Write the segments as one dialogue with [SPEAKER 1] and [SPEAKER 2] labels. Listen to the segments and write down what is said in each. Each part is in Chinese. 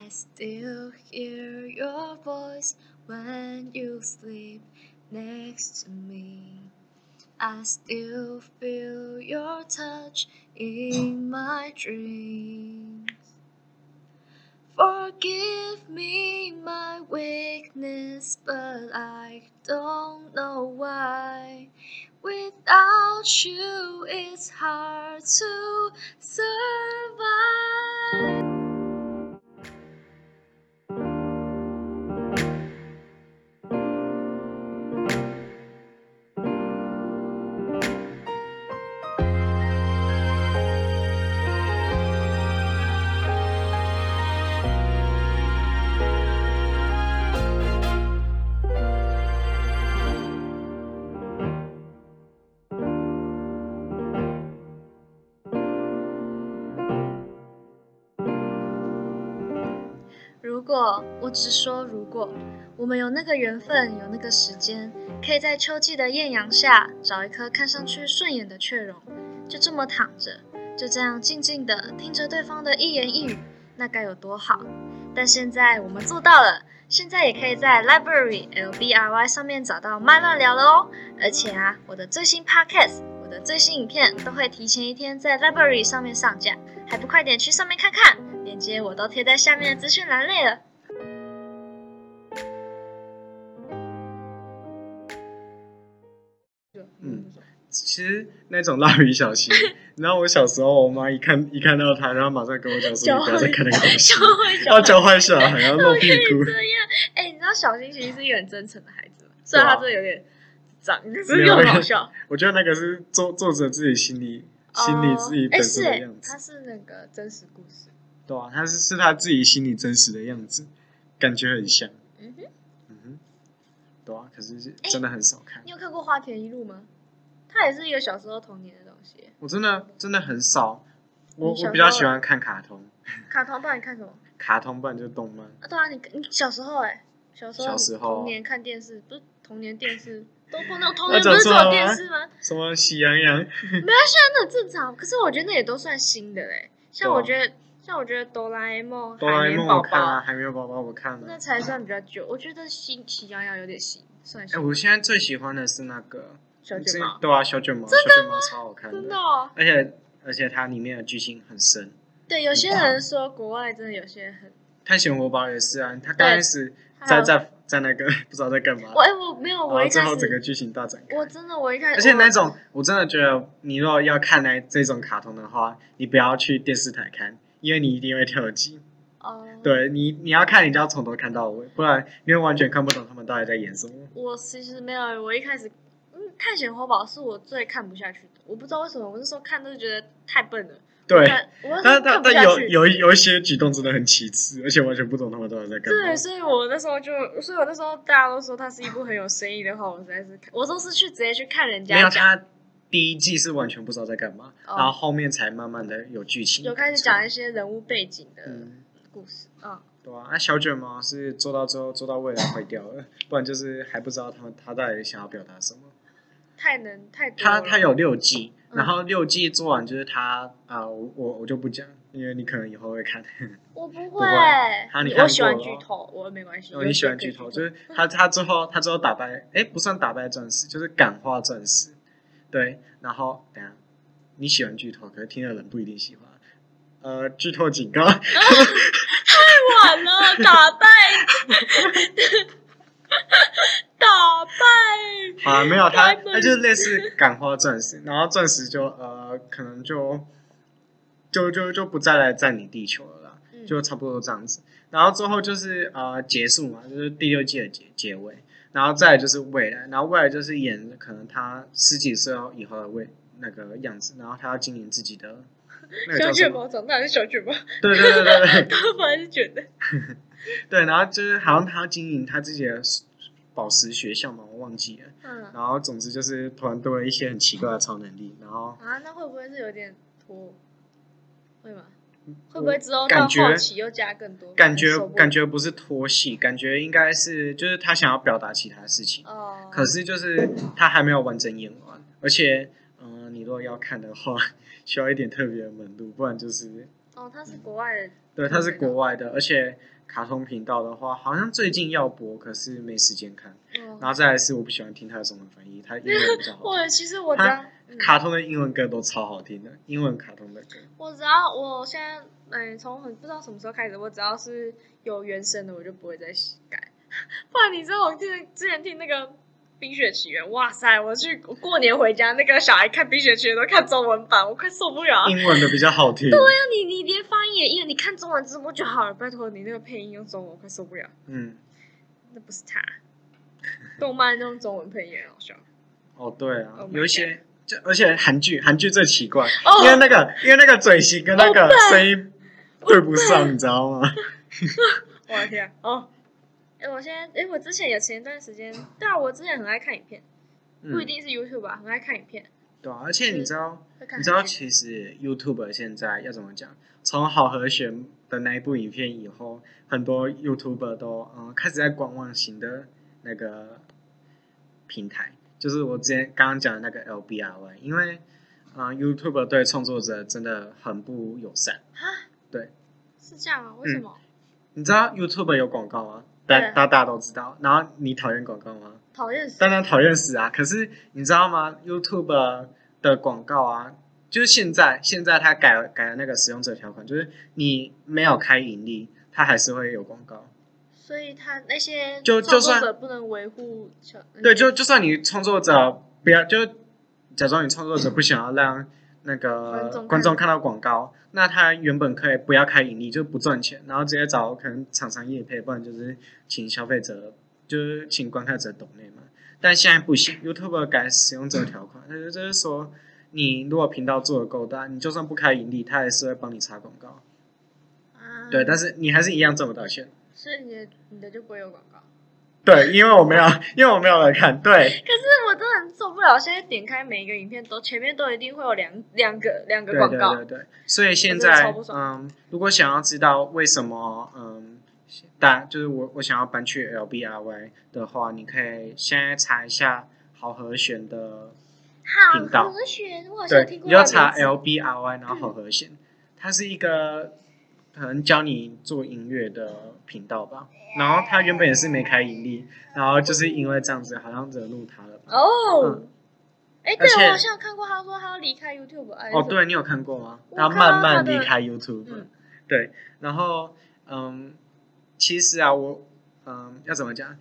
[SPEAKER 1] I still hear your voice when you sleep next to me. I still feel your touch in my dreams. Forgive me my weakness, but I don't know why. Without you, it's hard to survive. 如果我只说如果，我们有那个缘分，有那个时间，可以在秋季的艳阳下找一颗看上去顺眼的雀榕，就这么躺着，就这样静静的听着对方的一言一语，那该有多好！但现在我们做到了，现在也可以在 Library L B R Y 上面找到麦乱聊了哦。而且啊，我的最新 Podcast，我的最新影片都会提前一天在 Library 上面上架，还不快点去上面看看！链接我都贴在下面的资讯栏内了。
[SPEAKER 2] 嗯，其实那种蜡笔小新， 然后我小时候，我妈一看一看到它，然后马上跟我讲说：“
[SPEAKER 1] 教
[SPEAKER 2] 你不要再看那个东西
[SPEAKER 1] 教，会小
[SPEAKER 2] 要
[SPEAKER 1] 孩
[SPEAKER 2] 教坏小孩，要弄屁股。
[SPEAKER 1] 这样。哎、你知道小新其实是一个很真诚的孩子吗，虽然
[SPEAKER 2] 对啊
[SPEAKER 1] 他真的有点长，可是又很好笑。”
[SPEAKER 2] 我觉得那个是作作者自己心里
[SPEAKER 1] 哦
[SPEAKER 2] 心里自己
[SPEAKER 1] 哎、
[SPEAKER 2] 本
[SPEAKER 1] 是
[SPEAKER 2] 身
[SPEAKER 1] 哎、
[SPEAKER 2] 的样子，
[SPEAKER 1] 他是那个真实故事。
[SPEAKER 2] 对啊，他是是他自己心里真实的样子，感觉很像，
[SPEAKER 1] 嗯哼，
[SPEAKER 2] 嗯哼，对啊，可是真的很少看
[SPEAKER 1] 哎你，有看过《花田一路》吗？它也是一个小时候童年的东西。
[SPEAKER 2] 我真的真的很少，我
[SPEAKER 1] 你小时
[SPEAKER 2] 我
[SPEAKER 1] 候
[SPEAKER 2] 比较喜欢看卡通，
[SPEAKER 1] 卡通版你看什么？
[SPEAKER 2] 卡通版就动漫，
[SPEAKER 1] 啊，对啊，你你小时候哎、小时候
[SPEAKER 2] 小
[SPEAKER 1] 你
[SPEAKER 2] 时候
[SPEAKER 1] 童年看电视，不是童年电视都不能，童
[SPEAKER 2] 那
[SPEAKER 1] 年
[SPEAKER 2] 走
[SPEAKER 1] 不是只
[SPEAKER 2] 错
[SPEAKER 1] 有
[SPEAKER 2] 了啊
[SPEAKER 1] 电
[SPEAKER 2] 吗
[SPEAKER 1] 视吗？
[SPEAKER 2] 什么喜羊羊，
[SPEAKER 1] 那很正常。可是我觉得那也都算新的嘞，像
[SPEAKER 2] 对啊
[SPEAKER 1] 我觉得，像我觉得哆啦 A 梦、
[SPEAKER 2] 哆啦
[SPEAKER 1] 海
[SPEAKER 2] A
[SPEAKER 1] 绵
[SPEAKER 2] 梦
[SPEAKER 1] 宝
[SPEAKER 2] 我看啊，
[SPEAKER 1] 宝，
[SPEAKER 2] 海绵宝宝我看啊了、
[SPEAKER 1] 那才算比较久。我觉得新喜羊羊有点新，算
[SPEAKER 2] 哎、
[SPEAKER 1] 新。
[SPEAKER 2] 我现在最喜欢的是那个
[SPEAKER 1] 小
[SPEAKER 2] 是
[SPEAKER 1] 卷毛，
[SPEAKER 2] 对啊，小卷毛，小卷毛超好看
[SPEAKER 1] 真的、哦。
[SPEAKER 2] 而且而且它里面的剧情很深。
[SPEAKER 1] 对，有些
[SPEAKER 2] 嗯
[SPEAKER 1] 人说国外真的有些人很，
[SPEAKER 2] 探险活宝也是啊，他刚
[SPEAKER 1] 对
[SPEAKER 2] 开始
[SPEAKER 1] 还
[SPEAKER 2] 在
[SPEAKER 1] 有
[SPEAKER 2] 在在那个不知道在干嘛，
[SPEAKER 1] 我哎、我没有，
[SPEAKER 2] 然
[SPEAKER 1] 我
[SPEAKER 2] 后
[SPEAKER 1] 一
[SPEAKER 2] 最
[SPEAKER 1] 开
[SPEAKER 2] 后整个
[SPEAKER 1] 始
[SPEAKER 2] 剧情大展开。
[SPEAKER 1] 我真的我一开始，
[SPEAKER 2] 而且
[SPEAKER 1] 我
[SPEAKER 2] 那种我真的觉得，你如果要看来这种卡通的话，你不要去电视台看，因为你一定会跳级。
[SPEAKER 1] 哦，，
[SPEAKER 2] 对你，你要看，你就要从头看到尾，不然你会完全看不懂他们到底在演什么。
[SPEAKER 1] 我其实没有，我一开始，嗯，探险活宝是我最看不下去的，我不知道为什么，我那时候看都是觉得太笨了，
[SPEAKER 2] 对，
[SPEAKER 1] 看我 那时候
[SPEAKER 2] 但但
[SPEAKER 1] 看不
[SPEAKER 2] 但
[SPEAKER 1] 下
[SPEAKER 2] 有
[SPEAKER 1] 去。
[SPEAKER 2] 有一有一些举动真的很奇次，而且完全不懂他们到底在干嘛
[SPEAKER 1] 对，。所以我那时候就，所以我那时候大家都说它是一部很有深意的话，我实在是看，我都是去直接去看人
[SPEAKER 2] 没
[SPEAKER 1] 家
[SPEAKER 2] 有，
[SPEAKER 1] 讲，
[SPEAKER 2] 他第一季是完全不知道在干嘛，
[SPEAKER 1] 哦
[SPEAKER 2] 然后后面才慢慢的有剧情，
[SPEAKER 1] 有开始讲一些人物背景的
[SPEAKER 2] 嗯，
[SPEAKER 1] 故事，嗯，
[SPEAKER 2] 对啊，那、小卷毛是做到最后做到未来坏掉了，不然就是还不知道他们他到底想要表达什么。
[SPEAKER 1] 太能太多了。
[SPEAKER 2] 他他有六季，
[SPEAKER 1] 嗯
[SPEAKER 2] 然后六季做完就是他啊、我我我就不讲，因为你可能以后会看。
[SPEAKER 1] 我不
[SPEAKER 2] 会
[SPEAKER 1] 会
[SPEAKER 2] 好你，看
[SPEAKER 1] 我喜欢
[SPEAKER 2] 过了
[SPEAKER 1] 剧透，我没关系。
[SPEAKER 2] 哦，你喜欢剧透，就是他他最后他最后打败，哎，不算打败钻石，就是感化钻石。对，然后等一下你喜欢剧透，可是听的人不一定喜欢。呃，剧透警告，
[SPEAKER 1] 太晚了，打 败，打败，
[SPEAKER 2] 啊，没有他，
[SPEAKER 1] 该不
[SPEAKER 2] 他就是类似感化钻石，然后钻石就呃，可能就就就就不再来占领地球了啦，
[SPEAKER 1] 嗯
[SPEAKER 2] 就差不多这样子。然后之后就是呃结束嘛，就是第六季的结结尾，然后再来就是未来，然后未来就是演可能他十几岁以后的未那个样子，然后他要经营自 己的那个
[SPEAKER 1] 小
[SPEAKER 2] 叫什
[SPEAKER 1] 卷
[SPEAKER 2] 么？
[SPEAKER 1] 毛长大还是小卷毛，
[SPEAKER 2] 对对对对对
[SPEAKER 1] 他们还是觉得
[SPEAKER 2] 对，然后就是好像他经营他自己的宝石学校嘛，我忘记了。
[SPEAKER 1] 嗯
[SPEAKER 2] 然后总之就是突然多了一些很奇怪的超能力，然后
[SPEAKER 1] 啊，那会不会是有点拖？会吗？会
[SPEAKER 2] 嗯我
[SPEAKER 1] 不会之后
[SPEAKER 2] 感
[SPEAKER 1] 到
[SPEAKER 2] 觉
[SPEAKER 1] 后期又加更多？
[SPEAKER 2] 感觉
[SPEAKER 1] 受不了
[SPEAKER 2] 感觉不是拖戏，感觉应该是就是他想要表达其他事情，
[SPEAKER 1] 哦，
[SPEAKER 2] 可是就是他还没有完整演完，而且嗯、呃你如果要看的话，需要一点特别的门路，不然就是
[SPEAKER 1] 哦，他是国外的，
[SPEAKER 2] 对它是国外的，而且卡通频道的话，好像最近要播，可是没时间看。
[SPEAKER 1] 哦
[SPEAKER 2] 然后再来是我不喜欢听他的中文翻译，他英文比 较好听。
[SPEAKER 1] 我其实我只要、嗯
[SPEAKER 2] 卡通的英文歌都超好听的，英文卡通的歌。
[SPEAKER 1] 我只要我现在嗯，从很不知道什么时候开始，我只要是有原声的，我就不会再改。 不然你知道我之前之前听那个《冰雪奇缘》，哇塞！我去我过年回家，那个小孩看《冰雪奇缘》都看中文版，我快受不了。
[SPEAKER 2] 英文的比较好听。
[SPEAKER 1] 那你你连发音也因为你看中文字幕就好了，拜托你那个配音用中文，我快受不了。
[SPEAKER 2] 嗯，
[SPEAKER 1] 那不是 他，动漫用中文配音也很好笑。
[SPEAKER 2] 哦，对啊
[SPEAKER 1] Oh my
[SPEAKER 2] 有一些，就而且韩剧，韩剧最奇怪
[SPEAKER 1] 哦
[SPEAKER 2] 因为那个因为那个嘴型跟那
[SPEAKER 1] 哦
[SPEAKER 2] 个
[SPEAKER 1] 对
[SPEAKER 2] 声音对不上，你知道吗？
[SPEAKER 1] 我的天啊、哦！哎、我现在哎、我之前有前一段时间，对啊，我之前很爱看影片，嗯不一定是 YouTube 吧，很爱看影片，
[SPEAKER 2] 嗯、对啊，而且你知道，
[SPEAKER 1] 会看
[SPEAKER 2] 你知道
[SPEAKER 1] 韩剧
[SPEAKER 2] 其实 YouTube 现在要怎么讲？从好和弦的那一部影片以后，很多 YouTuber 都嗯开始在观望型的那个平台，就是我之前刚刚讲的那个 LBRY，因为嗯 YouTube 对创作者真的很不友善。
[SPEAKER 1] 啊？
[SPEAKER 2] 对，嗯
[SPEAKER 1] 是这样啊？为什么？
[SPEAKER 2] 你知道 YouTube 有广告吗？
[SPEAKER 1] 对
[SPEAKER 2] 大大大家都知道。然后你讨厌广告吗？
[SPEAKER 1] 讨厌死
[SPEAKER 2] 当！然讨厌死啊！可是你知道吗？YouTube 的广告啊，就是现在现在它改了改了那个使用者条款，就是你没有开盈利，它还是会有广告。
[SPEAKER 1] 所以他那些
[SPEAKER 2] 就
[SPEAKER 1] 创
[SPEAKER 2] 就
[SPEAKER 1] 作
[SPEAKER 2] 算
[SPEAKER 1] 者不能维护嗯小
[SPEAKER 2] 对，就就算你创作者不要，就假装你创作者不想要让那
[SPEAKER 1] 观
[SPEAKER 2] 个
[SPEAKER 1] 众看
[SPEAKER 2] 观众看到广告，那他原本可以不要开盈利，就不赚钱，然后直接找可能厂商业配，不然就是请消费者，就是请观看者懂内嘛。但现在不行，YouTube 改使用者条款，那就就是说，你如果频道做的够大，你就算不开盈利，他还是会帮你插广告。
[SPEAKER 1] 啊，
[SPEAKER 2] 对，但是你还是一样挣不到钱。
[SPEAKER 1] 所以你的你的就不会有广告。
[SPEAKER 2] 对，因为我没有，因为我没有来看。对，
[SPEAKER 1] 可是我真的很受不了，现在点开每一个影片都前面都一定会有两两个两个
[SPEAKER 2] 对
[SPEAKER 1] 广告
[SPEAKER 2] 对对对，所以现
[SPEAKER 1] 我真的超
[SPEAKER 2] 在
[SPEAKER 1] 不爽
[SPEAKER 2] 嗯，如果想要知道为什么嗯，大就是我我想要搬去 LBRY 的话，你可以现在查一下好和弦的，
[SPEAKER 1] 好
[SPEAKER 2] 频道
[SPEAKER 1] 和弦，我好像
[SPEAKER 2] 对
[SPEAKER 1] 听，过
[SPEAKER 2] 你
[SPEAKER 1] 那个
[SPEAKER 2] 就查
[SPEAKER 1] 名字嗯
[SPEAKER 2] LBRY，然后好和弦，它是一个可能教你做音乐的频道吧。然后它原本也是没开盈利，然后就是因为这样子，好像惹怒他了吧？
[SPEAKER 1] 哦
[SPEAKER 2] 嗯。
[SPEAKER 1] 哎，
[SPEAKER 2] 而
[SPEAKER 1] 对，
[SPEAKER 2] 且
[SPEAKER 1] 我好像有看过，他说他要离开 YouTube 哎还是什
[SPEAKER 2] 哦，
[SPEAKER 1] 么，
[SPEAKER 2] 对你有看过吗？
[SPEAKER 1] 我
[SPEAKER 2] 他
[SPEAKER 1] 看到
[SPEAKER 2] 慢慢
[SPEAKER 1] 他的
[SPEAKER 2] 离开 YouTube，、
[SPEAKER 1] 嗯
[SPEAKER 2] 对，然后嗯，其实啊，我嗯要怎么讲，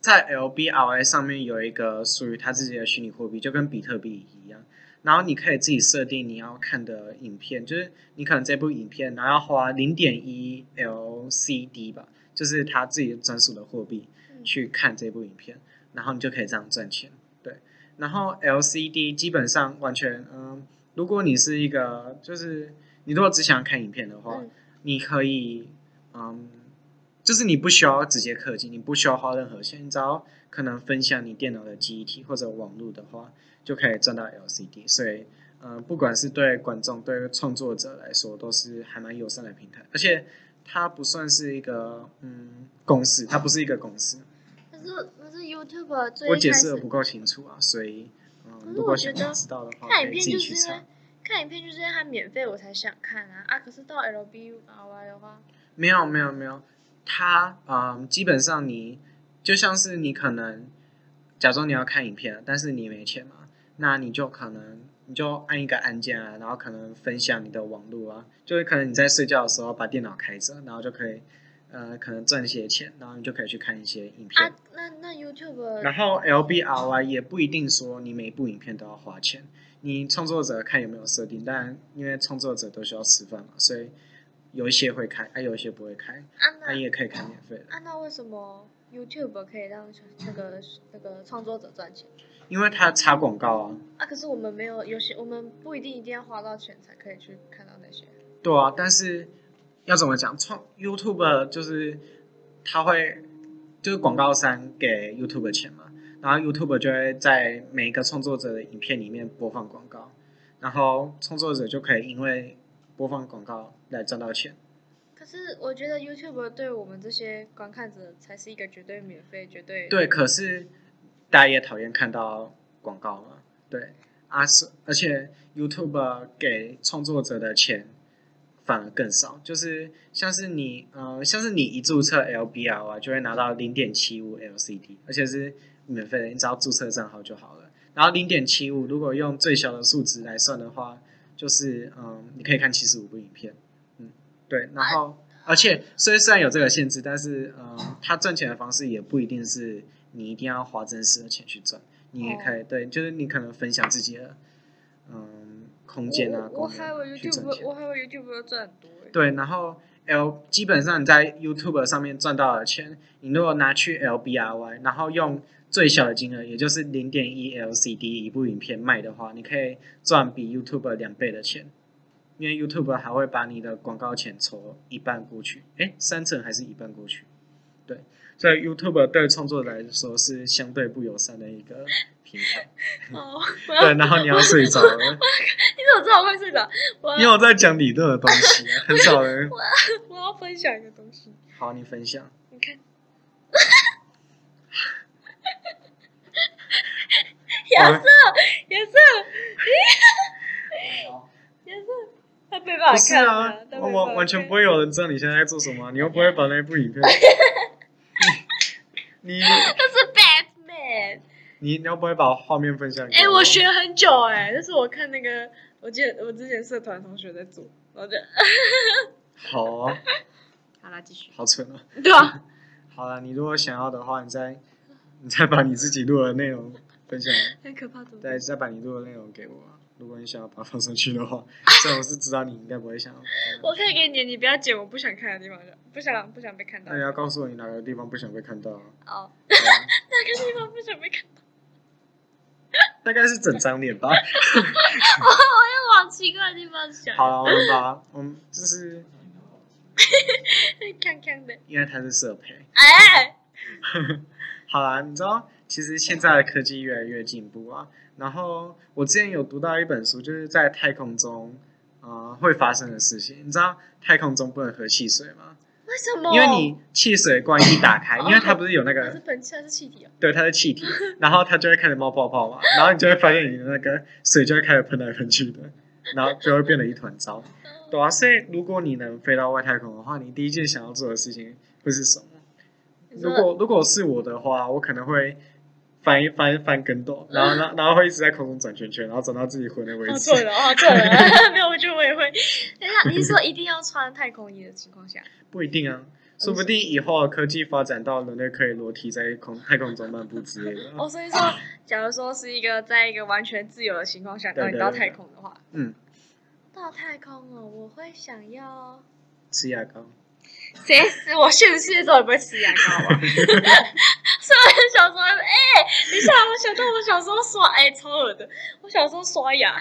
[SPEAKER 2] 在 LBRY 上面有一个属于他自己的虚拟货币，就跟比特币一样。然后你可以自己设定你要看的影片，就是你可能这部影片，然后要花零点一 LCD 吧，就是他自己专属的货币，
[SPEAKER 1] 嗯
[SPEAKER 2] 去看这部影片，然后你就可以这样赚钱。对，然后 LCD 基本上完全，嗯，如果你是一个，就是你如果只想看影片的话，
[SPEAKER 1] 嗯
[SPEAKER 2] 你可以，嗯，就是你不需要直接氪金，你不需要花任何钱，你只要可能分享你电脑的记忆体或者网络的话，就可以赚到 LCD。所以，嗯，不管是对观众、对创作者来说，都是还蛮友善的平台，而且。它不算是一个嗯公式，它不是一个公式，
[SPEAKER 1] 可是可是 YouTube 最
[SPEAKER 2] 我
[SPEAKER 1] 一
[SPEAKER 2] 解
[SPEAKER 1] 开
[SPEAKER 2] 释的
[SPEAKER 1] 始
[SPEAKER 2] 不够清楚啊，所以
[SPEAKER 1] 可
[SPEAKER 2] 嗯，
[SPEAKER 1] 是
[SPEAKER 2] 如
[SPEAKER 1] 我
[SPEAKER 2] 果
[SPEAKER 1] 觉
[SPEAKER 2] 想
[SPEAKER 1] 得
[SPEAKER 2] 知道的话，
[SPEAKER 1] 看
[SPEAKER 2] 哦可
[SPEAKER 1] 影
[SPEAKER 2] 以
[SPEAKER 1] 片
[SPEAKER 2] 自己
[SPEAKER 1] 就
[SPEAKER 2] 去
[SPEAKER 1] 是因为
[SPEAKER 2] 查。
[SPEAKER 1] 看影片就是因为它免费我才想看啊啊！可是到 LBRY 的话，
[SPEAKER 2] 没有没有没有，它嗯，基本上你就像是你可能假装你要看影片，啊但是你没钱嘛，那你就可能你就按一个按键啊，然后可能分享你的网络啊，就是可能你在睡觉的时候把电脑开着，然后就可以呃可能赚一些钱，然后你就可以去看一些影片
[SPEAKER 1] 啊。，那那 YouTube
[SPEAKER 2] 然后 LBRY 也不一定说你每一部影片都要花钱，你创作者看有没有设定，当然因为创作者都需要吃饭嘛，所以有一些会开，啊有一些不会开，
[SPEAKER 1] 啊
[SPEAKER 2] 那、
[SPEAKER 1] 那
[SPEAKER 2] 你也可以看免费的，
[SPEAKER 1] 啊那为什么 YouTube 可以让那个那个创作者赚钱
[SPEAKER 2] 因为它插广告啊，
[SPEAKER 1] 啊？可是我们没有有些我们不一定一定要花到钱才可以去看到那些
[SPEAKER 2] 对啊，但是要怎么讲，创 YouTube 就是它会就是广告商给 YouTube 钱嘛，然后 YouTube 就会在每一个创作者的影片里面播放广告，然后创作者就可以因为播放广告来赚到钱。
[SPEAKER 1] 可是我觉得 YouTube 对我们这些观看者才是一个绝对免费、绝对
[SPEAKER 2] 对，可是大家也讨厌看到广告嘛，对啊，是而且 YouTube 给创作者的钱反而更少，就是像是你呃，像是你一注册 LBL 啊，就会拿到零点七五 LCD，而且是免费的，你只要注册账号就好了。然后零点七五，如果用最小的数值来算的话，就是嗯，你可以看七十五部影片，嗯，对。然后
[SPEAKER 1] 哎
[SPEAKER 2] 而且虽虽然有这个限制，但是嗯，它赚钱的方式也不一定是你一定要花真实的钱去赚，你也
[SPEAKER 1] 哦
[SPEAKER 2] 可以对，就是你可能分享自己的嗯空间
[SPEAKER 1] 我我
[SPEAKER 2] 啊，功
[SPEAKER 1] 还以
[SPEAKER 2] 能
[SPEAKER 1] 为
[SPEAKER 2] 啊去赚钱
[SPEAKER 1] YouTube，。我还以为 YouTube 赚很多欸。
[SPEAKER 2] 对，然后 L 基本上你在 YouTube 上面赚到的钱，你如果拿去 LBRY，然后用最小的金额，也就是零点一 LCD 一部影片卖的话，你可以赚比 YouTube 两倍的钱，因为 YouTube 还会把你的广告钱抽一半过去，诶，三成还是一半过去，对，所以 YouTube 对创作者来说是相对不友善的一个平台。
[SPEAKER 1] 哦，我要
[SPEAKER 2] 对，然后你要睡着了，
[SPEAKER 1] 你怎么知道我快睡着？我
[SPEAKER 2] 因为
[SPEAKER 1] 要
[SPEAKER 2] 我在讲理论的东西啊，很少人。
[SPEAKER 1] 我要分享一个东西，
[SPEAKER 2] 好，你分享。
[SPEAKER 1] 你看，
[SPEAKER 2] 好
[SPEAKER 1] 亚瑟，亚瑟，亚瑟，他没办
[SPEAKER 2] 不
[SPEAKER 1] 法
[SPEAKER 2] 是
[SPEAKER 1] 看
[SPEAKER 2] 啊，
[SPEAKER 1] 他没办法
[SPEAKER 2] 完完全
[SPEAKER 1] 看
[SPEAKER 2] 不会有人知道你现在在做什么啊、你又不会把那部 影片，你
[SPEAKER 1] 他是 Batman。
[SPEAKER 2] 你你又不会把画面分享给
[SPEAKER 1] 哎、
[SPEAKER 2] 我
[SPEAKER 1] 我学很久哎、就是我看那个，我记得我之前社团同学在做，然后就
[SPEAKER 2] 好哦、
[SPEAKER 1] 好啦，继续。
[SPEAKER 2] 好蠢啊！
[SPEAKER 1] 对啊，
[SPEAKER 2] 好了，你如果想要的话，你再你再把你自己录的内容分享，
[SPEAKER 1] 很可怕，怎么办？
[SPEAKER 2] 再再把你录的内容给我啊。如果你想要把它放上去的话，虽然我是知道你应该不会想要，
[SPEAKER 1] 我可以给你，你不要剪我不想看的地方，不想不想被看到
[SPEAKER 2] 那。你要告诉我你哪个地方不想被看到、啊，
[SPEAKER 1] 哦，
[SPEAKER 2] 嗯
[SPEAKER 1] 那个地方不想被 看到，
[SPEAKER 2] 大概是整张脸吧。
[SPEAKER 1] 要往奇怪的地方想。
[SPEAKER 2] 好 啊了，我们把我们就是
[SPEAKER 1] 看看的，
[SPEAKER 2] 因为它是色配。
[SPEAKER 1] 哎、
[SPEAKER 2] 好啦，你知道，其实现在的科技越来越进步啊。然后我之前有读到一本书，就是在太空中，呃，会发生的事情。你知道太空中不能喝汽水吗？
[SPEAKER 1] 为什么？
[SPEAKER 2] 因为你汽水罐一打开，因为它不是有那
[SPEAKER 1] 我是
[SPEAKER 2] 个，
[SPEAKER 1] 本气还是气体啊？
[SPEAKER 2] 对，它是气体，然后它就会开始冒泡泡嘛，然后你就会发现你的那个水就会开始喷来喷去的，然后就会变得一团糟。对啊，所以如果你能飞到外太空的话，你第一件想要做的事情会是什么？
[SPEAKER 1] 你
[SPEAKER 2] 如
[SPEAKER 1] 说
[SPEAKER 2] 果如果是我的话，我可能会翻一翻翻跟斗，然后 然后然后会一直在空中转圈圈，然后转到自己昏了为
[SPEAKER 1] 哦，
[SPEAKER 2] 止
[SPEAKER 1] 错。了，哦，错了， 没有，我觉得我也会。等一下，你是说一定要穿太空衣的情况下？
[SPEAKER 2] 不一定啊，说
[SPEAKER 1] 嗯
[SPEAKER 2] 不定以后科技发展到人类可以裸体在空太空中漫步之类的。
[SPEAKER 1] 哦，所以说，假如说是一个在一个完全自由的情况下，
[SPEAKER 2] 对
[SPEAKER 1] 然后你
[SPEAKER 2] 对
[SPEAKER 1] 到
[SPEAKER 2] 对
[SPEAKER 1] 太
[SPEAKER 2] 对
[SPEAKER 1] 空的话，
[SPEAKER 2] 嗯，
[SPEAKER 1] 到太空哦，我会想要。
[SPEAKER 2] 吃牙膏。
[SPEAKER 1] 谁死？我现实世界中也不会吃牙膏吧？ 所以我很想说，哎、等一下，我想到我小时候刷，哎、超恶的，我小时候刷 牙，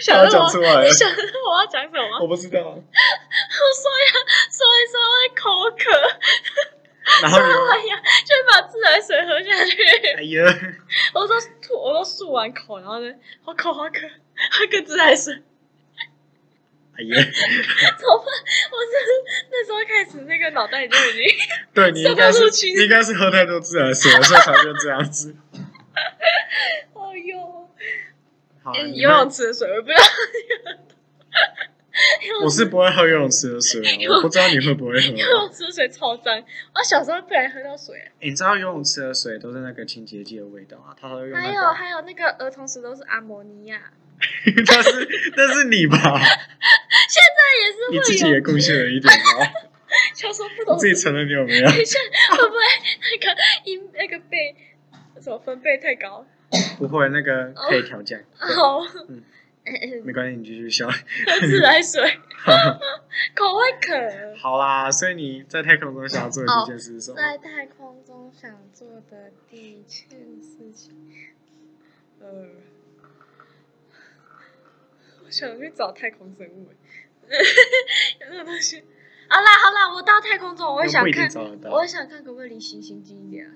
[SPEAKER 1] 想
[SPEAKER 2] 要
[SPEAKER 1] 到
[SPEAKER 2] 啊讲
[SPEAKER 1] 我，
[SPEAKER 2] 出来了，
[SPEAKER 1] 想到我要讲什么？
[SPEAKER 2] 我不知道。
[SPEAKER 1] 我刷牙刷一刷会口渴，
[SPEAKER 2] 然后你
[SPEAKER 1] 刷完牙就把自来水喝下去。
[SPEAKER 2] 哎呀，
[SPEAKER 1] 我都吐，我都漱完口，然后呢，好口好渴，喝个自来水。
[SPEAKER 2] 哎呀，
[SPEAKER 1] 怎么办？我是那时候开始，那个脑袋里就已经。
[SPEAKER 2] 对你应该
[SPEAKER 1] 什
[SPEAKER 2] 是
[SPEAKER 1] 么入侵
[SPEAKER 2] 你应该是喝太多自来水了，所以才变这样子。
[SPEAKER 1] 哦哟，
[SPEAKER 2] 好啊，
[SPEAKER 1] 哎
[SPEAKER 2] 你
[SPEAKER 1] 游
[SPEAKER 2] 会
[SPEAKER 1] 泳池的水我不知道。
[SPEAKER 2] 我是不会喝游泳池的水啊，我不知道你会不会喝
[SPEAKER 1] 游
[SPEAKER 2] 啊。
[SPEAKER 1] 泳池的水超脏，我小时候不然喝到水。
[SPEAKER 2] 欸你知道游泳池的水都是那个清洁剂的味道啊，它都用
[SPEAKER 1] 还
[SPEAKER 2] 那
[SPEAKER 1] 有
[SPEAKER 2] 个，
[SPEAKER 1] 还有那个儿童池都是阿摩尼亚，
[SPEAKER 2] 但是但是你吧，
[SPEAKER 1] 那也是
[SPEAKER 2] 你自己
[SPEAKER 1] 会
[SPEAKER 2] 也
[SPEAKER 1] 有。
[SPEAKER 2] 贡献了一点 吧，
[SPEAKER 1] 小时候不
[SPEAKER 2] 你
[SPEAKER 1] 懂
[SPEAKER 2] 自己
[SPEAKER 1] 事，
[SPEAKER 2] 承认你有没有？
[SPEAKER 1] 等一下会不会那个音那个贝什么分贝太高？
[SPEAKER 2] 不会，那个可以调降，对
[SPEAKER 1] 哦
[SPEAKER 2] 嗯，
[SPEAKER 1] 咳
[SPEAKER 2] 没关系，你继续笑。
[SPEAKER 1] 咳自来 水，口会渴。
[SPEAKER 2] 好啦，所以你在太空中想要做的第一件事是什么？
[SPEAKER 1] 哦在太空中想做的第一件事情，呃，我想去找太空生物， 有那种东西。好啦好啦，我到太空中，我会
[SPEAKER 2] 又不
[SPEAKER 1] 想
[SPEAKER 2] 一定
[SPEAKER 1] 看，
[SPEAKER 2] 找得到
[SPEAKER 1] 我。会想看可不可以离行星近一点啊？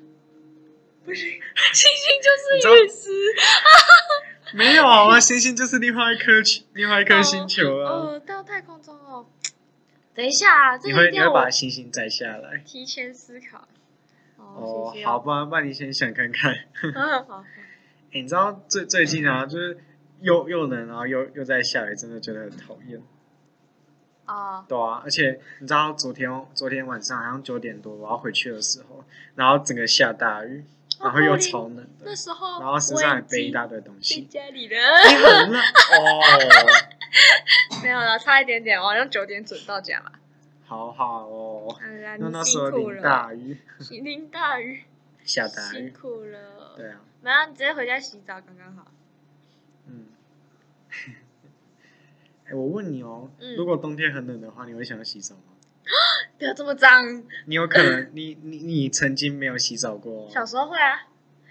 [SPEAKER 1] 不 是，星星就是
[SPEAKER 2] 你
[SPEAKER 1] 陨石。
[SPEAKER 2] 没有啊，星星就是另外一颗球另外一颗星球啊。
[SPEAKER 1] 哦，到太空中哦。等一下、啊，这
[SPEAKER 2] 你
[SPEAKER 1] 个
[SPEAKER 2] 会
[SPEAKER 1] 一
[SPEAKER 2] 你
[SPEAKER 1] 定
[SPEAKER 2] 会
[SPEAKER 1] 要
[SPEAKER 2] 把
[SPEAKER 1] 我
[SPEAKER 2] 星星摘下来。
[SPEAKER 1] 提前思考。
[SPEAKER 2] 哦
[SPEAKER 1] 谢，谢
[SPEAKER 2] 好吧，那你先想看看。
[SPEAKER 1] 嗯，好。
[SPEAKER 2] 欸你知道最最近啊，就是又又冷，然后又又在下雨，真的觉得很讨厌。
[SPEAKER 1] 哦，
[SPEAKER 2] 对啊，而且你知道昨天昨天晚上好像九点多我要回去的时候，然后整个下大雨，然后又超冷的
[SPEAKER 1] 哦那，时候
[SPEAKER 2] 然后身上还背一大
[SPEAKER 1] 大
[SPEAKER 2] 堆东
[SPEAKER 1] 在
[SPEAKER 2] 西，
[SPEAKER 1] 家里的，
[SPEAKER 2] 你很冷哦。
[SPEAKER 1] 没有了，差一点点，我好像九点准到家嘛。
[SPEAKER 2] 好 好哦，
[SPEAKER 1] 哎呀，
[SPEAKER 2] 那
[SPEAKER 1] 你
[SPEAKER 2] 那时候
[SPEAKER 1] 辛苦了，
[SPEAKER 2] 淋大雨，
[SPEAKER 1] 淋大雨，
[SPEAKER 2] 下大
[SPEAKER 1] 辛
[SPEAKER 2] 雨，
[SPEAKER 1] 苦了。
[SPEAKER 2] 对啊，
[SPEAKER 1] 没有，你直接回家洗澡刚刚好。
[SPEAKER 2] 嗯。 哎，我问你哦，
[SPEAKER 1] 嗯
[SPEAKER 2] 如果冬天很冷的话，你会想要洗澡吗？
[SPEAKER 1] 不要这么脏，
[SPEAKER 2] 你有可能，你你你曾经没有洗澡过哦，
[SPEAKER 1] 小时候会啊。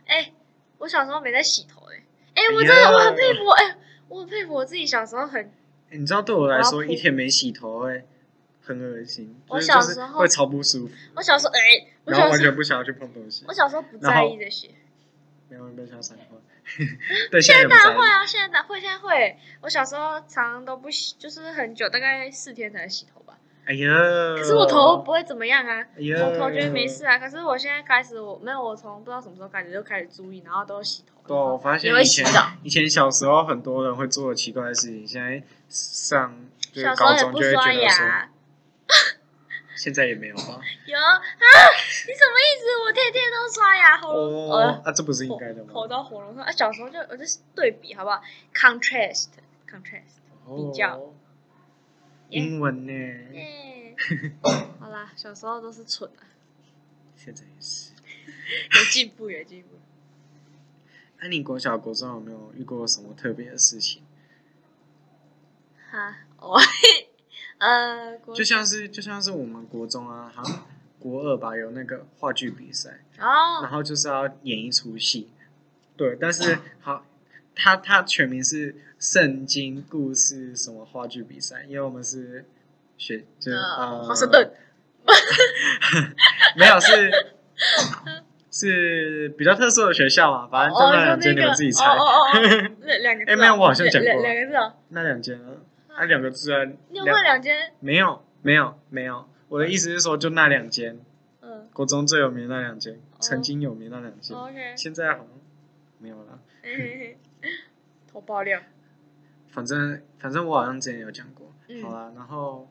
[SPEAKER 1] 哎、我小时候没在洗头哎、哎、我
[SPEAKER 2] 哎
[SPEAKER 1] 真
[SPEAKER 2] 呀
[SPEAKER 1] 的我很佩服哎、我很佩服我自己小时候很
[SPEAKER 2] 欸你知道对我来说，
[SPEAKER 1] 我要
[SPEAKER 2] 一
[SPEAKER 1] 哭
[SPEAKER 2] 天没洗头会很恶心，
[SPEAKER 1] 我
[SPEAKER 2] 就是
[SPEAKER 1] 小
[SPEAKER 2] 就是
[SPEAKER 1] 时候
[SPEAKER 2] 会超不舒服，
[SPEAKER 1] 我小时候哎、我
[SPEAKER 2] 然后
[SPEAKER 1] 小
[SPEAKER 2] 完
[SPEAKER 1] 时候
[SPEAKER 2] 全不想要去碰东西
[SPEAKER 1] 我，小时候不
[SPEAKER 2] 然
[SPEAKER 1] 在
[SPEAKER 2] 后
[SPEAKER 1] 意这些。
[SPEAKER 2] 没有没有想要闪光。 对，现在也不在
[SPEAKER 1] 会
[SPEAKER 2] 意。
[SPEAKER 1] 啊，现在哪会现在会。我小时候常常都不洗，就是很久，大概四天才洗头吧。
[SPEAKER 2] 哎呀，
[SPEAKER 1] 可是我头不会怎么样啊，
[SPEAKER 2] 哎呀，
[SPEAKER 1] 我头觉得没事啊。可是我现在开始，我没有，我从不知道什么时候开始就开始注意，然后都洗头。
[SPEAKER 2] 对啊，我发现
[SPEAKER 1] 也会
[SPEAKER 2] 以
[SPEAKER 1] 洗
[SPEAKER 2] 前
[SPEAKER 1] 澡，
[SPEAKER 2] 以前小时候很多人会做的奇怪的事情，现在上就是
[SPEAKER 1] 小时候
[SPEAKER 2] 高
[SPEAKER 1] 也
[SPEAKER 2] 中就
[SPEAKER 1] 不
[SPEAKER 2] 会
[SPEAKER 1] 刷
[SPEAKER 2] 觉得说，
[SPEAKER 1] 牙。
[SPEAKER 2] 现在也没有吧？
[SPEAKER 1] 有啊？你什么意思？我天天都刷牙，喉咙
[SPEAKER 2] 哦
[SPEAKER 1] 呃，
[SPEAKER 2] 啊，这不是应
[SPEAKER 1] 喉
[SPEAKER 2] 该的吗？
[SPEAKER 1] 喉到喉咙痛。啊，小时候就我就是对比好不好？contrast，contrast。
[SPEAKER 2] 哦
[SPEAKER 1] 比较
[SPEAKER 2] 英文呢，
[SPEAKER 1] 耶，好啦，小时候都是蠢啊，
[SPEAKER 2] 现在也是。
[SPEAKER 1] 有进步，有进步。
[SPEAKER 2] 那你国小、国中有没有遇过什么特别的事情？
[SPEAKER 1] 哈， 我呃，国
[SPEAKER 2] 就像是就像是我们国中啊，好像国二吧，有那个话剧比赛，然
[SPEAKER 1] 哦，
[SPEAKER 2] 后就是要演一出戏。对，但是好，它它全名是圣经故事什么话剧比赛，因为我们是学就是呃，
[SPEAKER 1] 呃，华盛顿，
[SPEAKER 2] 没有是是比较特殊的学校嘛，反正就那
[SPEAKER 1] 哦，
[SPEAKER 2] 两
[SPEAKER 1] 就
[SPEAKER 2] 间你
[SPEAKER 1] 那个，
[SPEAKER 2] 们
[SPEAKER 1] 哦
[SPEAKER 2] 自己猜，
[SPEAKER 1] 哦哦，哦两两个字哦，
[SPEAKER 2] 哎没有我好像讲过
[SPEAKER 1] 两两两个字哦，
[SPEAKER 2] 那两间啊，那两个字啊，
[SPEAKER 1] 你有
[SPEAKER 2] 两
[SPEAKER 1] 问两间？
[SPEAKER 2] 没有没有没有，我的意思是说就那两间。
[SPEAKER 1] 嗯哦
[SPEAKER 2] 国中最有名的那两间，曾经有名的那两间，
[SPEAKER 1] ，OK，
[SPEAKER 2] 现在好像没有了。
[SPEAKER 1] 嘿嘿嘿投爆料，
[SPEAKER 2] 反正反正我好像之前有讲过，
[SPEAKER 1] 嗯
[SPEAKER 2] 好啦，然后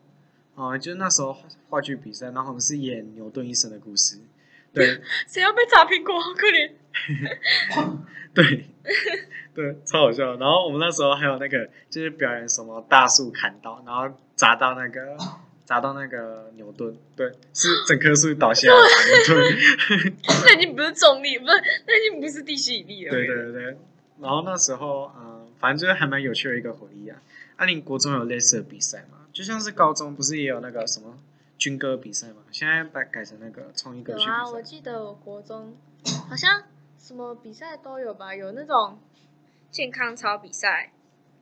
[SPEAKER 2] 哦、呃就是那时候话剧比赛，然后我们是演牛顿医生的故事， 对
[SPEAKER 1] 谁要被炸苹果？ 好可怜，
[SPEAKER 2] 对对，超好笑的。然后我们那时候还有那个就是表演什么大树砍倒，然后砸到那个。砸到那个牛顿，对，是整棵树倒下来的牛 顿，
[SPEAKER 1] 那已经不是重力，不是，那已经不是地心引力了。
[SPEAKER 2] 对对对。然后那时候，嗯，反正就是还蛮有趣的一个回忆啊。阿林国中有类似的比赛嘛？就像是高中不是也有那个什么军歌比赛嘛？现在把改成那个创意歌
[SPEAKER 1] 有
[SPEAKER 2] 曲
[SPEAKER 1] 啊，我
[SPEAKER 2] 比赛。
[SPEAKER 1] 记得我国中好像什么比赛都有吧，有那种健康操比赛，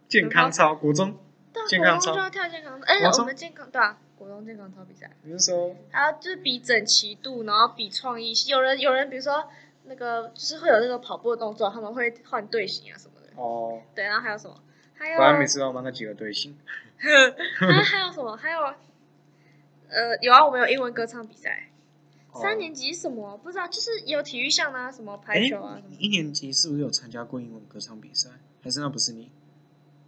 [SPEAKER 2] 健康操，国中，
[SPEAKER 1] 对啊，
[SPEAKER 2] 健
[SPEAKER 1] 国
[SPEAKER 2] 康
[SPEAKER 1] 中
[SPEAKER 2] 操
[SPEAKER 1] 就要跳健康操，哎、
[SPEAKER 2] 国
[SPEAKER 1] 我
[SPEAKER 2] 中
[SPEAKER 1] 们健康对啊，国中健康操比赛，
[SPEAKER 2] 你是说
[SPEAKER 1] 然后就是比整齐度，然后比创意，有人有人比如说那个就是会有那个跑步的动作，他们会换队形啊什么的，
[SPEAKER 2] 哦？
[SPEAKER 1] 对，然后还有什么？还有啊
[SPEAKER 2] 果然每次都帮那几个队形。
[SPEAKER 1] 还还有什么？还有呃，有啊，我们有英文歌唱比赛，
[SPEAKER 2] 哦
[SPEAKER 1] 三年级是什么不知道，就是有体育项啊，什么排
[SPEAKER 2] 哎
[SPEAKER 1] 球啊什，么
[SPEAKER 2] 你，一年级是不是有参加过英文歌唱比赛？还是那不是你？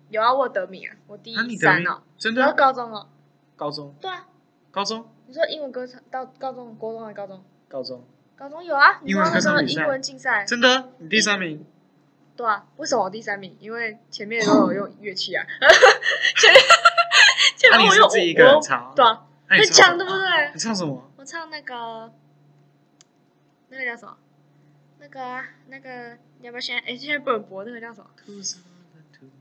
[SPEAKER 1] 有啊，我有得名啊，我第
[SPEAKER 2] 啊，你的
[SPEAKER 1] 三
[SPEAKER 2] 名
[SPEAKER 1] 哦，
[SPEAKER 2] 真
[SPEAKER 1] 然后
[SPEAKER 2] 的？
[SPEAKER 1] 高中哦，
[SPEAKER 2] 高中，
[SPEAKER 1] 对啊，
[SPEAKER 2] 高中，
[SPEAKER 1] 你说英文歌唱到高中，国中还高中？
[SPEAKER 2] 高中，
[SPEAKER 1] 高中有啊，你知道
[SPEAKER 2] 英文歌
[SPEAKER 1] 那
[SPEAKER 2] 唱
[SPEAKER 1] 个
[SPEAKER 2] 比赛
[SPEAKER 1] 英文竞赛，
[SPEAKER 2] 真的？你第三名？
[SPEAKER 1] 对啊，为什么我第三名？因为前面都有 用乐器啊， 前
[SPEAKER 2] 那
[SPEAKER 1] 面前
[SPEAKER 2] 啊你
[SPEAKER 1] 面我
[SPEAKER 2] 是
[SPEAKER 1] 用
[SPEAKER 2] 自己一个人
[SPEAKER 1] 我
[SPEAKER 2] 唱？
[SPEAKER 1] 对啊，
[SPEAKER 2] 那你
[SPEAKER 1] 会
[SPEAKER 2] 唱什
[SPEAKER 1] 讲
[SPEAKER 2] 么
[SPEAKER 1] 对不对
[SPEAKER 2] 你？唱什么？
[SPEAKER 1] 我唱那个那个叫什么？那个啊那个你要不要先？哎，现在不能播那个叫什么？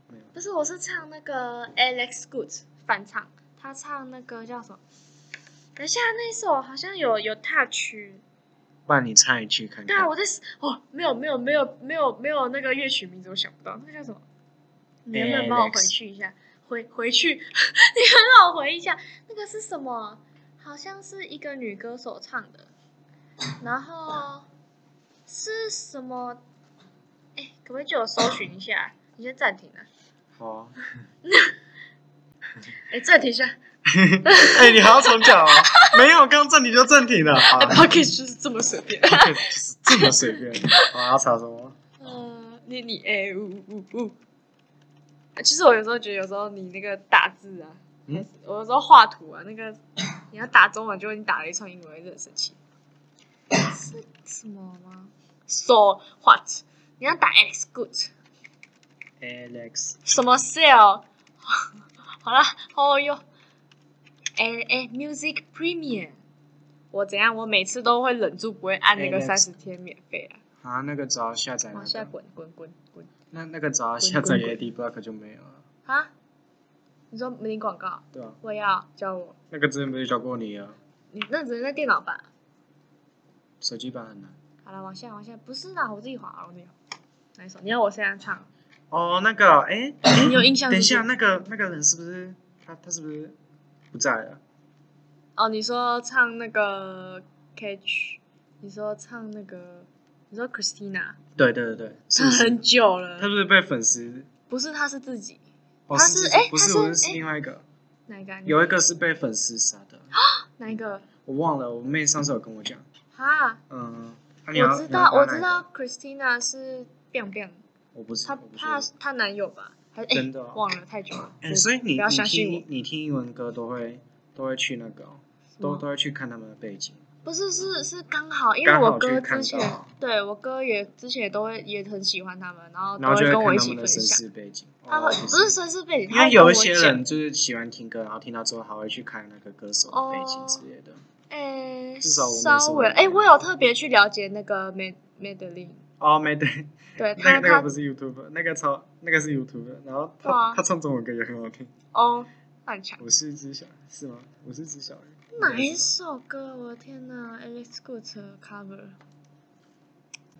[SPEAKER 2] 没有
[SPEAKER 1] 不是，我是唱那个 Alex Good 翻唱，他唱那个叫什么？等一下，那一首好像有有踏曲，
[SPEAKER 2] 不然你唱一句看
[SPEAKER 1] 对啊，
[SPEAKER 2] 看。
[SPEAKER 1] 我在思哦，没有没有没有没有没有那个乐曲名字，我想不到，那个叫什么？你能不能帮我回
[SPEAKER 2] Alex
[SPEAKER 1] 去一下？回回去，你 能让我回忆一下，那个是什么？好像是一个女歌手唱的，然后是什么？哎，可不可以借我搜寻一下？你先暂停啊！
[SPEAKER 2] 好啊。
[SPEAKER 1] 哎，暂停一下。
[SPEAKER 2] 哎、你还要重讲哦？没有，刚暂停就暂停了。好
[SPEAKER 1] p o c k e t 就是这么随便。
[SPEAKER 2] 就是这啊么随便。好，要查什么？
[SPEAKER 1] 呃，你你哎，呜呜呜，其实我有时候觉得，有时候你那个打字啊，
[SPEAKER 2] 嗯
[SPEAKER 1] 我有时候画图啊，那个你要打中文，就你打了一串英文，会很生气。 是什么吗？So what？你要打 Alex Good
[SPEAKER 2] Alex
[SPEAKER 1] 什么 Sale？好啦，哦哟，哎哎，Music Premium，我怎样？我每次都会忍住不会按那个
[SPEAKER 2] Alex
[SPEAKER 1] 三十天免费啊，
[SPEAKER 2] 啊，那个只要下载
[SPEAKER 1] 往
[SPEAKER 2] 那
[SPEAKER 1] 哦下
[SPEAKER 2] 个，
[SPEAKER 1] 滚滚滚滚
[SPEAKER 2] 那那个只要下载 AD Block 就没有了，
[SPEAKER 1] 啊！你说没广告，
[SPEAKER 2] 对吧？
[SPEAKER 1] 我要教我，
[SPEAKER 2] 那个之前不是教过你了，
[SPEAKER 1] 你那只能在电脑版。
[SPEAKER 2] 手机版很难。
[SPEAKER 1] 好了，往下往下，不是啦，我自己滑，我自己滑。哪一首？你要我现在唱？
[SPEAKER 2] 哦，那个， 哎、哎
[SPEAKER 1] 你有印象
[SPEAKER 2] 等
[SPEAKER 1] 是
[SPEAKER 2] 一
[SPEAKER 1] 不是
[SPEAKER 2] 下，那个那个人是不是他？他是不是不在啊了？
[SPEAKER 1] 哦，你说唱那个 Catch，你说唱那个，你说 Christina，
[SPEAKER 2] 对对对对，是
[SPEAKER 1] 她
[SPEAKER 2] 不是？
[SPEAKER 1] 啊很久
[SPEAKER 2] 他是
[SPEAKER 1] 了，
[SPEAKER 2] 不是被粉丝？
[SPEAKER 1] 不是，她是自己
[SPEAKER 2] 哦，
[SPEAKER 1] 他
[SPEAKER 2] 是
[SPEAKER 1] 是
[SPEAKER 2] 自己
[SPEAKER 1] 哎
[SPEAKER 2] 不
[SPEAKER 1] 他
[SPEAKER 2] 是，
[SPEAKER 1] 是
[SPEAKER 2] 我是
[SPEAKER 1] 哎
[SPEAKER 2] 另外一个，
[SPEAKER 1] 哪一个啊？你
[SPEAKER 2] 有一个是被粉丝杀 的，
[SPEAKER 1] 哪一个？
[SPEAKER 2] 我忘了，我妹上次有跟我讲，
[SPEAKER 1] 哈，
[SPEAKER 2] 嗯，啊你要
[SPEAKER 1] 我知
[SPEAKER 2] 你要
[SPEAKER 1] 道，我
[SPEAKER 2] 拿哪一
[SPEAKER 1] 知
[SPEAKER 2] 个
[SPEAKER 1] 道 Christina 是 Biang Biang，
[SPEAKER 2] 我不是，
[SPEAKER 1] 她
[SPEAKER 2] 我不
[SPEAKER 1] 她
[SPEAKER 2] 是
[SPEAKER 1] 她男友吧？还是哎
[SPEAKER 2] 真的哦
[SPEAKER 1] 忘了太久了。
[SPEAKER 2] 哎、所以你
[SPEAKER 1] 不要
[SPEAKER 2] 你
[SPEAKER 1] 相信
[SPEAKER 2] 听你听英文歌都会都会去那个哦、都
[SPEAKER 1] 什么
[SPEAKER 2] 都会去看他们的背景，
[SPEAKER 1] 不是，是是刚好，因为
[SPEAKER 2] 刚好
[SPEAKER 1] 我
[SPEAKER 2] 去
[SPEAKER 1] 哥
[SPEAKER 2] 看
[SPEAKER 1] 之前
[SPEAKER 2] 到
[SPEAKER 1] 对我哥也之前也都会也很喜欢他们，然哦后都
[SPEAKER 2] 然后
[SPEAKER 1] 会
[SPEAKER 2] 就
[SPEAKER 1] 跟我
[SPEAKER 2] 看
[SPEAKER 1] 一
[SPEAKER 2] 他
[SPEAKER 1] 起
[SPEAKER 2] 们
[SPEAKER 1] 分
[SPEAKER 2] 的身
[SPEAKER 1] 享。
[SPEAKER 2] 世背景。
[SPEAKER 1] 他
[SPEAKER 2] 哦
[SPEAKER 1] 会不是绅士背景，
[SPEAKER 2] 因
[SPEAKER 1] 他
[SPEAKER 2] 为
[SPEAKER 1] 会跟
[SPEAKER 2] 有
[SPEAKER 1] 我
[SPEAKER 2] 一些
[SPEAKER 1] 讲
[SPEAKER 2] 人就是喜欢听歌，然后听到之后还会去看那个歌手的背
[SPEAKER 1] 哦
[SPEAKER 2] 景之类的。
[SPEAKER 1] 诶，
[SPEAKER 2] 至少我们是
[SPEAKER 1] 稍微
[SPEAKER 2] 会
[SPEAKER 1] 诶，我有特别去了解那个 Mad Madeline，
[SPEAKER 2] 哦，没对，
[SPEAKER 1] 对
[SPEAKER 2] 那
[SPEAKER 1] 他
[SPEAKER 2] 个那个
[SPEAKER 1] 他
[SPEAKER 2] 不是 YouTube，那个超那个是 YouTube，然后
[SPEAKER 1] 哇
[SPEAKER 2] 他他唱中文歌也很好听。
[SPEAKER 1] 哦，很强。
[SPEAKER 2] 我是一只小是吗？我是一只小鱼。
[SPEAKER 1] 哪一首歌？我的天哪，Alex Good cover，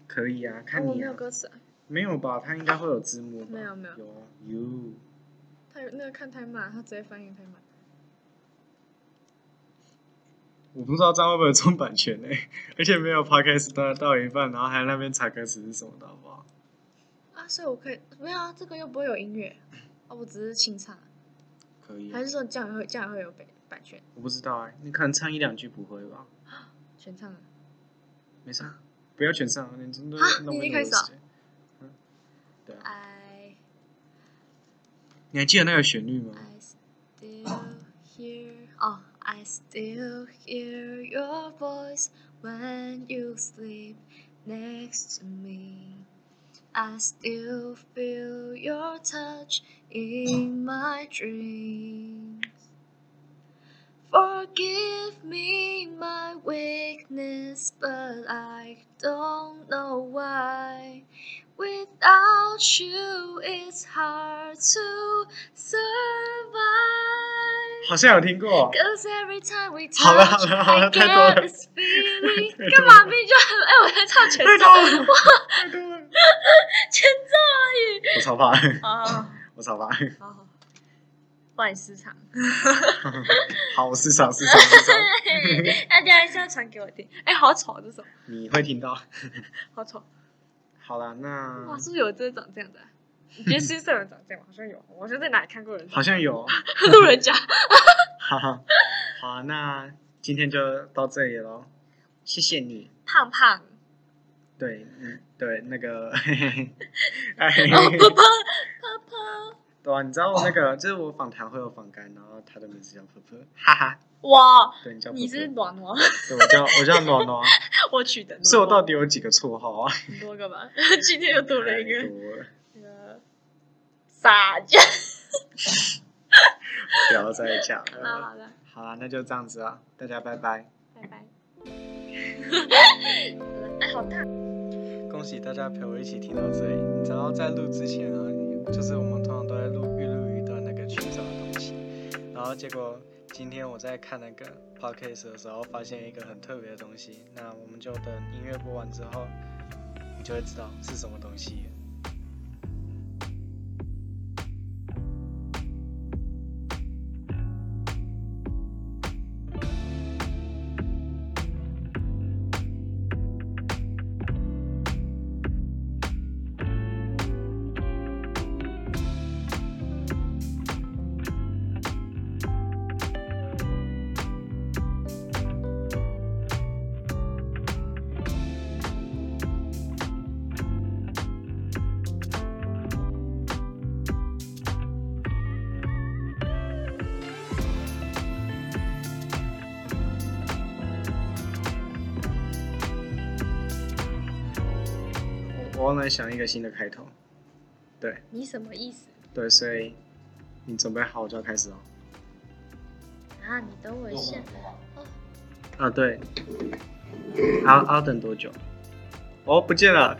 [SPEAKER 2] 可以啊，
[SPEAKER 1] 哦
[SPEAKER 2] 看
[SPEAKER 1] 我
[SPEAKER 2] 你
[SPEAKER 1] 没有
[SPEAKER 2] 啊。
[SPEAKER 1] 歌词啊，
[SPEAKER 2] 没有吧？他应该会有字幕吧。
[SPEAKER 1] 没有没有
[SPEAKER 2] 有啊，You
[SPEAKER 1] 他有那个看太慢，他直接翻译太慢。
[SPEAKER 2] 我不知道这样会不会有这种版权呢、而且没有 podcast 到到一半，然后还在那边查歌词是什么的，好不好？
[SPEAKER 1] 啊，所以我可以没有啊，这个又不会有音乐，啊，我只是清唱，
[SPEAKER 2] 可以、啊
[SPEAKER 1] 还，是说这样也会这样也会有版版权
[SPEAKER 2] 我不知道哎、你可能唱一两句不会吧？
[SPEAKER 1] 全唱啊？
[SPEAKER 2] 没事，啊不要全唱，你真的
[SPEAKER 1] 啊
[SPEAKER 2] 弄
[SPEAKER 1] 你
[SPEAKER 2] 不
[SPEAKER 1] 已经开始了
[SPEAKER 2] 嗯，对啊，
[SPEAKER 1] I
[SPEAKER 2] 你还记得那个旋律吗？
[SPEAKER 1] I still hear 哦、i still hear your voice when you sleep next to me. I still feel your touch in my dreams. Forgive me my weakness, but I don't know why. Without you, it's hard to survive.
[SPEAKER 2] 好像有听过，
[SPEAKER 1] Cause every time we
[SPEAKER 2] 好了
[SPEAKER 1] touch,
[SPEAKER 2] 好了好 了
[SPEAKER 1] I
[SPEAKER 2] 太多了
[SPEAKER 1] get this feeling.
[SPEAKER 2] 太多了
[SPEAKER 1] 干嘛闭就 很哎，我在唱前
[SPEAKER 2] 太
[SPEAKER 1] 奏，
[SPEAKER 2] 多了，太多了，
[SPEAKER 1] 前奏
[SPEAKER 2] 我超怕，
[SPEAKER 1] 而已。好
[SPEAKER 2] 我超怕，
[SPEAKER 1] 好好，万市 场，
[SPEAKER 2] 好，我市场市场市 场，
[SPEAKER 1] 大家一下传给我听。哎，好丑这首，
[SPEAKER 2] 你会听到。
[SPEAKER 1] 好丑。
[SPEAKER 2] 好啦，那
[SPEAKER 1] 哇，是不是有真的长这样的啊？嗯你觉得世界上有人长这样吗？好像有，我好像在哪里看过有人
[SPEAKER 2] 好
[SPEAKER 1] 长
[SPEAKER 2] 像有，
[SPEAKER 1] 路人甲。
[SPEAKER 2] 哈哈，好，那今天就到这里喽，谢谢你。
[SPEAKER 1] 胖 胖，哦
[SPEAKER 2] 对，嗯，对，那个， 嘿嘿嘿， 哎，
[SPEAKER 1] 胖胖胖胖，
[SPEAKER 2] 对啊，你知道我那个，就是我访谈会有访干，然后他的名字叫婆婆，哈哈，
[SPEAKER 1] 哇，
[SPEAKER 2] 对，你叫婆婆，
[SPEAKER 1] 你是暖暖，
[SPEAKER 2] 对，我叫 我叫暖暖，
[SPEAKER 1] 我取的暖暖，
[SPEAKER 2] 所以我到底有几个绰号 啊？哎
[SPEAKER 1] 很多个吧？ 今天又多了一
[SPEAKER 2] 太
[SPEAKER 1] 个
[SPEAKER 2] 多了，
[SPEAKER 1] 那个傻家。
[SPEAKER 2] 不要再讲
[SPEAKER 1] 好了
[SPEAKER 2] 了。
[SPEAKER 1] 好了，
[SPEAKER 2] 好啦，那就这样子啊，大家拜拜。
[SPEAKER 1] 拜拜。哎，好大。
[SPEAKER 2] 恭喜大家陪我一起听到这里。你知道在录之前啊，就是我们通常都在录预录一段那个群找的东西，然后结果今天我在看那个 podcast 的时候，发现一个很特别的东西。那我们就等音乐播完之后，你就会知道是什么东西了。我来想一个新的开头。对
[SPEAKER 1] 你什么意思
[SPEAKER 2] 对，所以你准备好我就要开始哦。
[SPEAKER 1] 啊？你等我一下，
[SPEAKER 2] 啊，对，还要还要等多久？哦，不见了。